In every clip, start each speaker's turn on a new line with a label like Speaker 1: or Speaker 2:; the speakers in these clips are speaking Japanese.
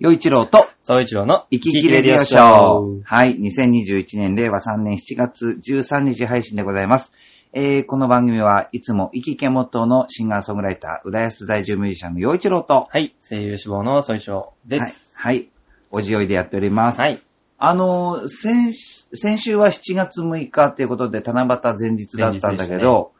Speaker 1: 洋一郎と、
Speaker 2: 総一郎の
Speaker 1: 生き生きレディオショー。はい、2021年令和3年7月13日配信でございます。えー、この番組はいつも生きけ元のシンガーソングライター、浦安在住ミュージシャンの洋一郎と、
Speaker 2: はい、声優志望の総一郎です。
Speaker 1: はい、はい、おじおいでやっております。
Speaker 2: はい。
Speaker 1: あのー、先し、先週は7月6日ということで七夕前日だったんだけ
Speaker 2: 前日でし
Speaker 1: ど、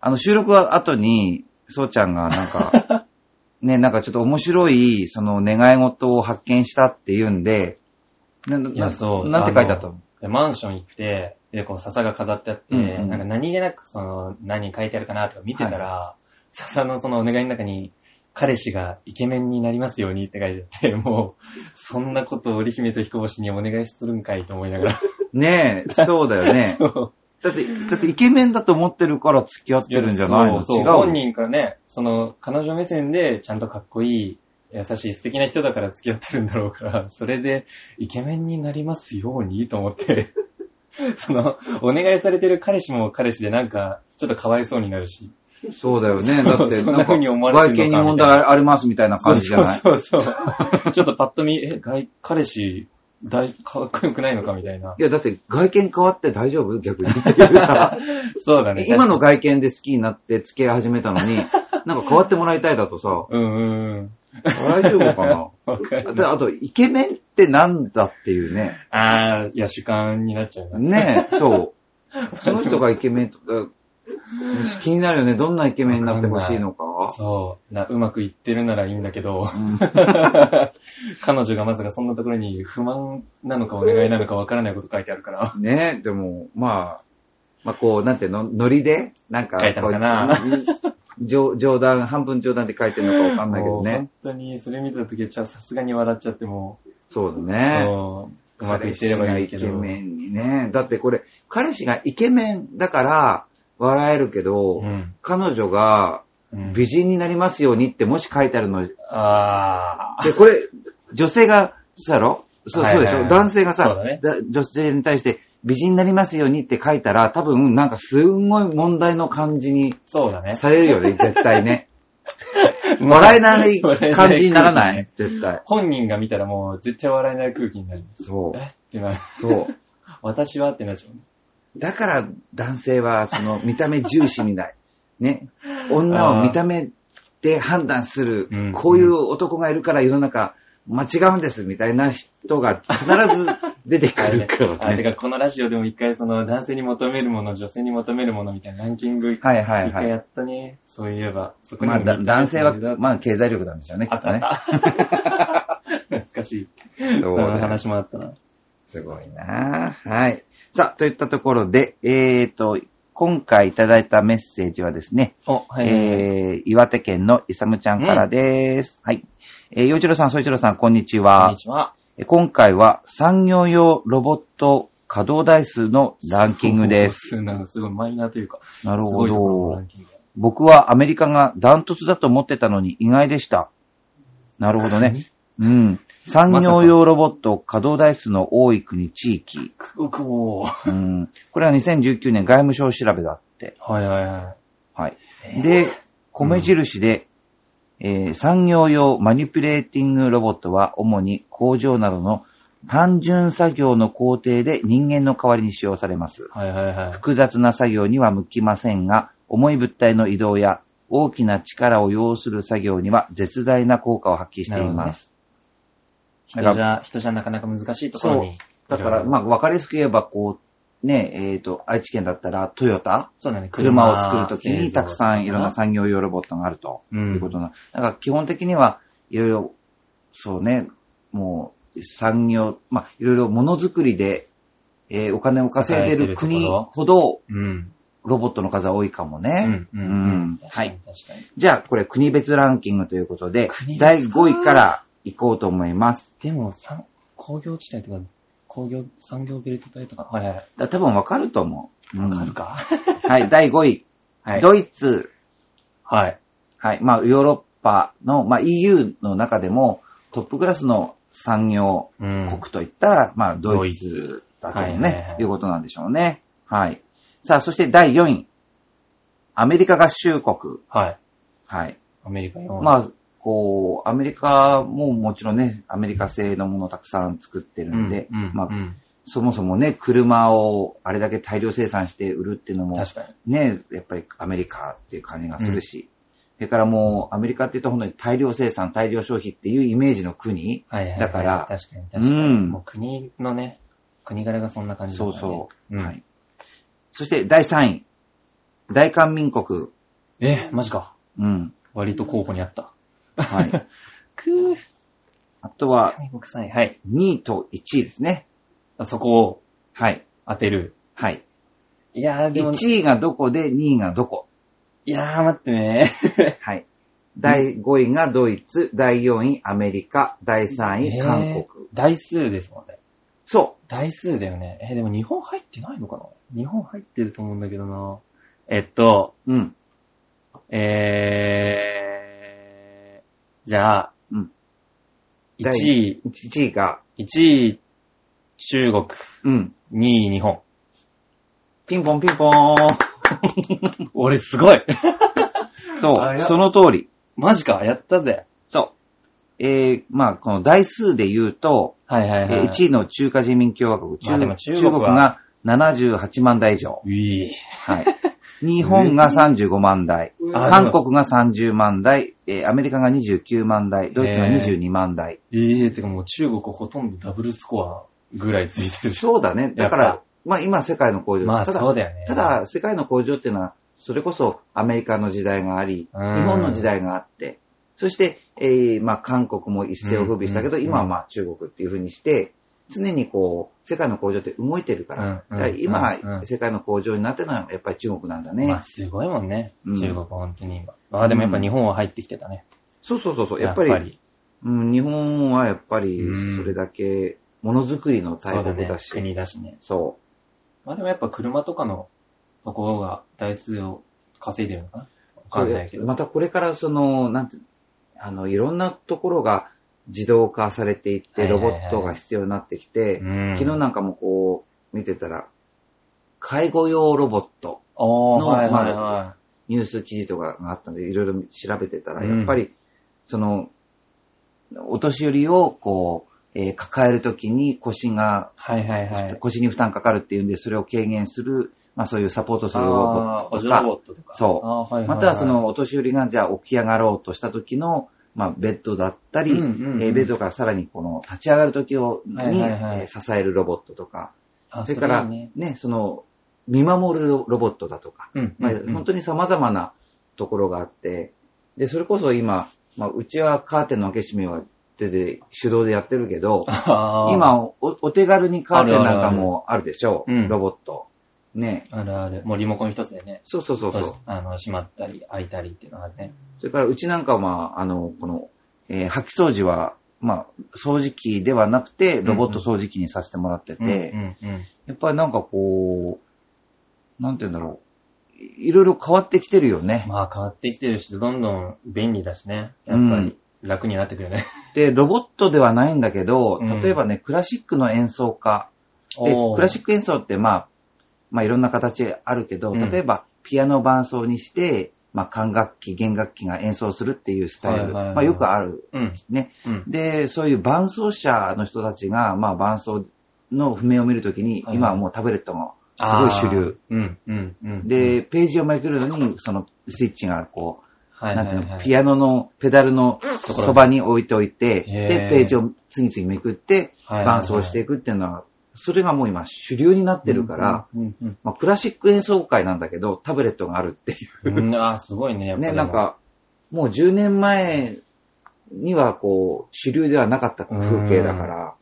Speaker 1: あの、収録は後に、そうちゃんがなんか、 ね、なんかちょっと面白い、その願い事を発見したっていうんで、な、な、
Speaker 2: いやそう
Speaker 1: なんて書いてあった
Speaker 2: あ
Speaker 1: の
Speaker 2: でマンション行って、で、こう、笹が飾ってあって、
Speaker 1: うんうん
Speaker 2: なんか何気なくその、何書いてあるかなとか見てたら、笹のそのお願いの中に、彼氏がイケメンになりますようにって書いてあって、もう、そんなことを織姫と彦星にお願いするんかいと思いながら。。
Speaker 1: ねえ、そうだよね
Speaker 2: そう
Speaker 1: だって、だってイケメンだと思ってるから付き合ってるんじゃないの
Speaker 2: そうそ
Speaker 1: 違
Speaker 2: う
Speaker 1: うよ。
Speaker 2: 本人からね、その、彼女目線で、ちゃんとかっこいい、優しい、素敵な人だから付き合ってるんだろうから、 それで、イケメンになりますように、と思って、 その、お願いされてる彼氏も彼氏で、なんか、ちょっとかわいそうになるし。
Speaker 1: そうだよね。
Speaker 2: そ
Speaker 1: だ
Speaker 2: う
Speaker 1: って、
Speaker 2: そ
Speaker 1: な
Speaker 2: んなん
Speaker 1: か、
Speaker 2: 風に思われ
Speaker 1: 外
Speaker 2: てる
Speaker 1: 見
Speaker 2: の
Speaker 1: に
Speaker 2: か
Speaker 1: 問題ありますみたいな感じじゃない
Speaker 2: そうそうそう。 ちょっとパッと見、え、外彼氏、大、かっこよくないのかみたいな。
Speaker 1: いや、だって外見変わって大丈夫逆に。
Speaker 2: そうだね。
Speaker 1: 今の外見で好きになって付き合い始めたの に、なんか変わってもらいたいだとさ、
Speaker 2: うんうんうん。
Speaker 1: 大丈夫かな
Speaker 2: わかる
Speaker 1: あと、あとイケメンってなんだっていうね。
Speaker 2: あー、いや、主観になっちゃうな。
Speaker 1: ねえ、そう。その人がイケメンとか、気になるよね。どんなイケメンになってほしいのか。
Speaker 2: そう。な、うまくいってるならいいんだけど、
Speaker 1: うん
Speaker 2: 彼女がまさかそんなところに不満なのかお願いなのかわからないこと書いてあるから。
Speaker 1: ねえ、でも、まあ、まあこう、なんていうの、ノリで、なんか、
Speaker 2: 書いたのかな
Speaker 1: こう冗冗談、半分冗談で書いてるのかわかんないけ
Speaker 2: も
Speaker 1: ど
Speaker 2: う
Speaker 1: ね
Speaker 2: 本。当にそれ見た時はちょっとさすがに笑っちゃっても
Speaker 1: そうだ
Speaker 2: う、
Speaker 1: ね。
Speaker 2: そううまくいってればいいけ
Speaker 1: 彼氏が
Speaker 2: ど。
Speaker 1: イケメンにね。だってこれ、彼氏がイケメンだから笑えるけど、
Speaker 2: うん。
Speaker 1: 彼女が
Speaker 2: うん、
Speaker 1: 美人になりますようにってもし書いてあるの。で、
Speaker 2: あ
Speaker 1: これ、女性が、そうだろそう
Speaker 2: はい
Speaker 1: そう
Speaker 2: は
Speaker 1: でし
Speaker 2: いはい
Speaker 1: ょ男性が
Speaker 2: そう
Speaker 1: さ
Speaker 2: だね
Speaker 1: だ女性に対して美人になりますようにって書いたら、多分なんかすんごい問題の感じに
Speaker 2: ー、そうだね。
Speaker 1: される よね、絶対ね。笑えない感じにならない絶対。
Speaker 2: 本人が見たらもう絶対笑えない空気になる。
Speaker 1: そ
Speaker 2: えってなる。
Speaker 1: う。そう。
Speaker 2: 私はってなっちゃう。
Speaker 1: だから男性はその見た目重視みない。 ね。女を見た目で判断する
Speaker 2: うん、
Speaker 1: こういう男がいるから世の中間違うんですみたいな人が必ず出てく
Speaker 2: あれ
Speaker 1: る
Speaker 2: ね
Speaker 1: か
Speaker 2: あ
Speaker 1: ら
Speaker 2: れ
Speaker 1: ね。
Speaker 2: がこのラジオでも一回その男性に求めるもの、女性に求めるものみたいなランキング 一
Speaker 1: はいは
Speaker 2: 一
Speaker 1: いは
Speaker 2: 回や
Speaker 1: い。
Speaker 2: ったね。そういえば。そこに
Speaker 1: ま
Speaker 2: も
Speaker 1: あ、だ男性は
Speaker 2: 似てる、
Speaker 1: まあ、経済力なんでしょうね、き
Speaker 2: あ
Speaker 1: っ
Speaker 2: っ
Speaker 1: とね。
Speaker 2: た。 懐かしい。
Speaker 1: そ
Speaker 2: そうういう話もあったな。
Speaker 1: すごいなぁはい。さあ、といったところで、えーと、今回いただいたメッセージはですね、
Speaker 2: お、は
Speaker 1: えー、岩手県のイサムちゃんからです。はい。えー、洋一郎さん、総一郎さん、こんにち
Speaker 2: こん
Speaker 1: は
Speaker 2: に。ちは。
Speaker 1: えー今回は産業用ロボット稼働台数のランキングです。
Speaker 2: す。なんかすごいマイナーというか。
Speaker 1: なる
Speaker 2: す
Speaker 1: ほ
Speaker 2: ごいところのラ
Speaker 1: ど
Speaker 2: ン。キングだ
Speaker 1: 僕はアメリカがダントツだと思ってたのに意外でした。なるほどね。うん。産業用ロボット稼働台数の多い国地域。
Speaker 2: くおくお
Speaker 1: う
Speaker 2: ー
Speaker 1: ん。これは2019年外務省調べだって。
Speaker 2: はいはいは
Speaker 1: はい
Speaker 2: え。ー
Speaker 1: で、米印で、えー産業用マニュピュレーティングロボットは主に工場などの単純作業の工程で人間の代わりに使用されます。
Speaker 2: い。はいはいはい。
Speaker 1: 複雑な作業には向きませんが、重い物体の移動や大きな力を要する作業には絶大な効果を発揮しています。
Speaker 2: 人じゃ、人じゃなかなか難しいところに。
Speaker 1: だから、まあ、わかりやすく言えば、こう、ね、えっ、と、愛知県だったらトヨタ
Speaker 2: そうだね。
Speaker 1: 車を作るときにたくさんいろんな
Speaker 2: さ
Speaker 1: 産業用ロボットがあると。
Speaker 2: う
Speaker 1: というんこ。とな。だから基本的にはいろいろ、そうね、もう産業、まあいろいろものづくりで、えーお金を稼いでる
Speaker 2: 栄えて
Speaker 1: 国
Speaker 2: るとこ
Speaker 1: ほど
Speaker 2: うん。
Speaker 1: ロボットの数は多いかもね。
Speaker 2: うん。う
Speaker 1: うん
Speaker 2: ん。
Speaker 1: は
Speaker 2: はいい。確かに。
Speaker 1: じゃあこれ国別ランキングということで
Speaker 2: 国、別か
Speaker 1: 第5位から行こうと思います。
Speaker 2: でも、産工業地帯とか、工業、産業ベルト帯とか。はいはい。
Speaker 1: だ多分わかると思う。うん
Speaker 2: わかるか。
Speaker 1: はい、第5位。
Speaker 2: はい
Speaker 1: ドイツ。
Speaker 2: はい。
Speaker 1: はい、まあヨーロッパの、まあ EU の中でもトップクラスの産業
Speaker 2: うん
Speaker 1: 国といったら、まあ、ド
Speaker 2: ド
Speaker 1: イ
Speaker 2: イ
Speaker 1: ツ
Speaker 2: ツ
Speaker 1: だとね、い
Speaker 2: はいはいはい
Speaker 1: いうことなんでしょうね。はい。さあ、そして第4位。アメリカ合衆国。
Speaker 2: はい。
Speaker 1: はい。
Speaker 2: アメリカ4位。
Speaker 1: まあ、こう、アメリカももちろんね、アメリカ製のものをたくさん作ってるんで、
Speaker 2: うんうん
Speaker 1: まあ
Speaker 2: う、ん
Speaker 1: そもそもね、車をあれだけ大量生産して売るっていうのも、
Speaker 2: 確かに。
Speaker 1: ね、やっぱりアメリカっていう感じがするし、それからもうアメリカっていうと本当に大量生産、大量消費っていうイメージの国、
Speaker 2: はいはいはい。
Speaker 1: だから
Speaker 2: 確かに確かに。
Speaker 1: うん
Speaker 2: もう国のね、国柄がそんな感じだか
Speaker 1: そ
Speaker 2: ら
Speaker 1: う
Speaker 2: ね。
Speaker 1: そう、
Speaker 2: うん
Speaker 1: はい。そして第3位、大韓民国、
Speaker 2: え、マジか。
Speaker 1: うん、
Speaker 2: 割と候補にあった。
Speaker 1: はい。
Speaker 2: くー。
Speaker 1: あとは
Speaker 2: 韓国3位。はい。
Speaker 1: 2位と1位ですね。
Speaker 2: そこを
Speaker 1: はい、
Speaker 2: 当てる。
Speaker 1: はい。
Speaker 2: いやーでも、い
Speaker 1: 1位がどこで2位がどこ。
Speaker 2: やー待ってね。
Speaker 1: はい。第5位がドイツ、第4位アメリカ、第3位韓国。
Speaker 2: えー台数ですもんね。
Speaker 1: そ
Speaker 2: 台数だよね。えーでも日本入ってないのかな日本入ってると思うんだけどな。えっと、
Speaker 1: う。うん。
Speaker 2: えー、じゃあ、
Speaker 1: うん
Speaker 2: 1位、
Speaker 1: 1位が、
Speaker 2: 1位、中国、
Speaker 1: うん。
Speaker 2: 2位、日本。
Speaker 1: ピンポンピンポーン。
Speaker 2: 俺 すごい
Speaker 1: そ
Speaker 2: あ
Speaker 1: う、
Speaker 2: や
Speaker 1: その通り。
Speaker 2: マジか、やったぜ。
Speaker 1: そう。えー、まあ、この台数で言うと、
Speaker 2: はいはい
Speaker 1: え
Speaker 2: はい。
Speaker 1: ー1位の中華人民共和国、
Speaker 2: まあでも中国は
Speaker 1: が78万台以上。
Speaker 2: うい
Speaker 1: はい。日本が35万台、
Speaker 2: あ
Speaker 1: 韓国が30万台、えーアメリカが29万台、ドイツが22万台。
Speaker 2: ええー、てかもう中国ほとんどダブルスコアぐらいついてるし。
Speaker 1: そうだね。だか
Speaker 2: やっ
Speaker 1: ら、まあ今世界の工場、
Speaker 2: まあ
Speaker 1: ただ
Speaker 2: そうだよね。
Speaker 1: た、だ、世界の工場っていうのは、それこそアメリカの時代があり、日
Speaker 2: うん
Speaker 1: 本の時代があって、そして、えーまあ、韓国も一世を風靡したけど、
Speaker 2: うん
Speaker 1: 今はまあ中国っていう風にして、常にこう、世界の工場って動いてるから、
Speaker 2: う
Speaker 1: だ
Speaker 2: ん
Speaker 1: から今、
Speaker 2: うん
Speaker 1: 世界の工場になってるのはやっぱり中国なんだね。
Speaker 2: まあすごいもんね。
Speaker 1: うん
Speaker 2: 中国は本当に今。ああ、でもやっぱ日本は入ってきてたね。
Speaker 1: そうそうそうそう、やっぱりうん、日本はやっぱり
Speaker 2: うん
Speaker 1: それだけ、ものづくりの
Speaker 2: そ
Speaker 1: 大
Speaker 2: うだ
Speaker 1: 国
Speaker 2: ね
Speaker 1: だ。し、
Speaker 2: 国だしね。
Speaker 1: そ
Speaker 2: まあでもやっぱ車とかのところが台数を稼いでるのかな
Speaker 1: う
Speaker 2: わかんないけど。
Speaker 1: またこれからその、なんて、あの、いろんなところが自動化されていって、
Speaker 2: はいは
Speaker 1: ロ
Speaker 2: いは
Speaker 1: ボ
Speaker 2: い
Speaker 1: ットが必要になってきて、
Speaker 2: うん
Speaker 1: 昨日なんかもこう、見てたら、介護用ロボット、
Speaker 2: おー、
Speaker 1: の
Speaker 2: はいはい
Speaker 1: ま
Speaker 2: は
Speaker 1: ニュース記事とかがあったんで、いろいろ調べてたら、
Speaker 2: うん
Speaker 1: やっぱり、その、お年寄りを、こう、えー抱えるときに腰が、
Speaker 2: い。はいはいはい。
Speaker 1: 腰に負担かかるっていうんで、それを軽減する、まあそういうサポートするロボッ
Speaker 2: あー
Speaker 1: トと
Speaker 2: 補助ロ
Speaker 1: か
Speaker 2: ボ、ットとか。
Speaker 1: そう
Speaker 2: あーはいいい
Speaker 1: またはそ、のお年寄りがじゃあ起き上がろうとした時の、まあベッドだったり、
Speaker 2: うんうんうん
Speaker 1: えーベッドからさらにこの立ち上がる時をに、
Speaker 2: はいはいはい
Speaker 1: えー支えるロボットとか、
Speaker 2: あ
Speaker 1: それから
Speaker 2: そいい
Speaker 1: ね
Speaker 2: ね、
Speaker 1: その見守るロボットだとか、
Speaker 2: うん。
Speaker 1: まあ
Speaker 2: うんうん
Speaker 1: 本当に様々なところがあって、で、それこそ今、まあうちはカーテンの開け閉めは手で手動でやってるけど、
Speaker 2: あー
Speaker 1: 今おお手軽にカーテンなんかもあるでしょ
Speaker 2: あるあるうん
Speaker 1: ロボット。ね。
Speaker 2: あるある。もうリモコン一つでね。
Speaker 1: そうそうそうそう
Speaker 2: 閉。じあの、閉まったり、開いたりっていうのがね。
Speaker 1: それからうちなんかは、まあ、あの、この、えー掃き掃除は、まあ、掃除機ではなくて、ロボット掃除機にさせてもらってて、
Speaker 2: うんうんうん。
Speaker 1: やっぱりなんかこう、なんて言うんだろう、いいろいろ変わってきてるよね。
Speaker 2: まあ変わってきてるし、どんどん便利だしね。やっぱり楽になってくるね。
Speaker 1: で、ロボットではないんだけど、
Speaker 2: うん
Speaker 1: 例えばね、クラシックの演奏家。で、クラシ
Speaker 2: ッ
Speaker 1: ック演奏って、まあ、まあいろんな形あるけど、
Speaker 2: うん
Speaker 1: 例えばピアノ伴奏にして、まあ管楽器、弦楽器が演奏するっていうスタイル、
Speaker 2: はいはいはい
Speaker 1: まあよくある
Speaker 2: ク。うん。
Speaker 1: ね。
Speaker 2: うん。
Speaker 1: で、そういう伴奏者の人たちが、まあ伴奏の譜面を見るときに、
Speaker 2: はい
Speaker 1: 今はもうタブレットもすごい主流。
Speaker 2: あー。うんうんうん。、
Speaker 1: で、ページをめくるのに、そのスイッチがこう、
Speaker 2: はいは
Speaker 1: ないん
Speaker 2: は
Speaker 1: て
Speaker 2: い、
Speaker 1: いうの、ピアノのペダルのそばに置いておいて、
Speaker 2: へ
Speaker 1: で
Speaker 2: ー、
Speaker 1: ページを次々めくって、
Speaker 2: はいはいはい
Speaker 1: 伴奏していくっていうのは、それがもう今主流になってるから、、
Speaker 2: うんうん
Speaker 1: まあクラシック演奏会なんだけど、タブレットがあるっていう。
Speaker 2: うん。うんあーすごいね、やっぱ
Speaker 1: ね、
Speaker 2: り
Speaker 1: なん、か、もう10年前にはこう、主流ではなかった風景だから、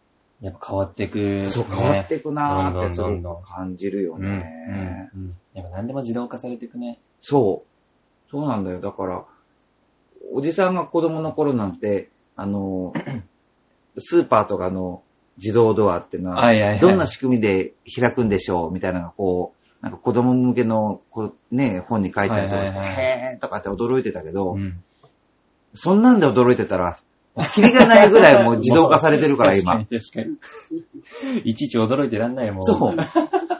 Speaker 2: やっぱ変わっていく。
Speaker 1: そう、変わっていくなーってす
Speaker 2: ど
Speaker 1: ご
Speaker 2: んどん
Speaker 1: く
Speaker 2: どんどん
Speaker 1: 感じるよ
Speaker 2: いくね。
Speaker 1: ね。
Speaker 2: うん。うん。やっぱ何でも自動化されていくね。
Speaker 1: そう。そうなんだよ。だから、おじさんが子供の頃なんて、あの、 スーパーとかの自動ドアっていうのは、
Speaker 2: いは
Speaker 1: どんな仕組みで開くんでしょうみたいなのがこう、なんか子供向けのこう、ね、本に書いてあると
Speaker 2: はいはいはい
Speaker 1: へーとかって驚いてたけど、
Speaker 2: うん。
Speaker 1: そんなんで驚いてたら、キリがないぐらいもう自動化されてるから今。
Speaker 2: 確かに確かに。いちいち驚いてらんないもん。
Speaker 1: そう。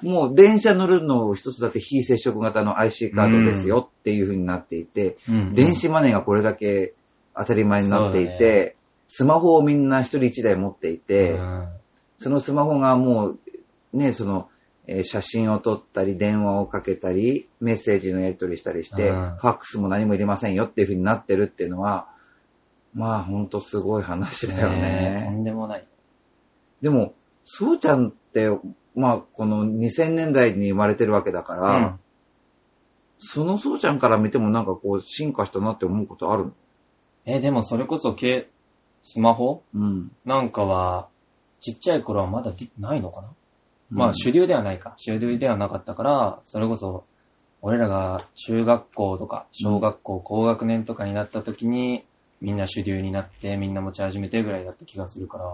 Speaker 1: もう電車乗るの一つだって非接触型の IC カードですよっていう風になっていて、
Speaker 2: うん。
Speaker 1: 電子マネーがこれだけ当たり前になってい
Speaker 2: そうだ
Speaker 1: て、スマホをみんな一人一台持っていて、
Speaker 2: うん
Speaker 1: そのスマホがもう、ね、その、えー写真を撮ったり、電話をかけたり、メッセージのやり取りしたりして、
Speaker 2: うん
Speaker 1: ファックスも何もいりませんよっていう風になってるっていうのは、まあほんとすごい話だよ
Speaker 2: ねえと
Speaker 1: ね。
Speaker 2: んでもない。
Speaker 1: でも、そうちゃんって、まあこの2000年代に生まれてるわけだから、
Speaker 2: うん
Speaker 1: そのそうちゃんから見てもなんかこう進化したなって思うことある
Speaker 2: え、でもそれこそ、けスマホ
Speaker 1: うん。
Speaker 2: なんかは、ちっちゃい頃はまだでないのかな、まあ主流ではないか。主流ではなかったから、それこそ、俺らが中学校とか、小学校、高学年とかになった時に、みんな主流になって、みんな持ち始めてぐらいだった気がするから、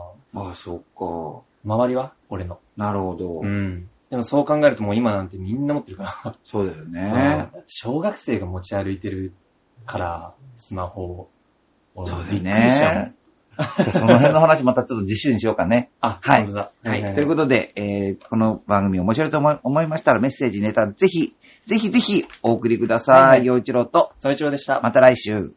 Speaker 1: ああ、そっか。
Speaker 2: 周りは俺の。
Speaker 1: なるほど。
Speaker 2: うん。でもそう考えるともう今なんてみんな持ってるから。
Speaker 1: そうだよね。
Speaker 2: そう小学生が持ち歩いてるから、スマホを。
Speaker 1: そう
Speaker 2: 俺
Speaker 1: だよ
Speaker 2: びっくりしちゃうもん
Speaker 1: ね。その辺の話またちょっと次週にしようかね。
Speaker 2: あ、
Speaker 1: はい
Speaker 2: 本当だ。
Speaker 1: はい。ということで、えーこの番組面白いと思い思いましたらメッセージ、ネタ、ぜひ、ぜひぜひお送りください。
Speaker 2: はいはい
Speaker 1: 陽一郎と、
Speaker 2: それ以上でした。
Speaker 1: また来週。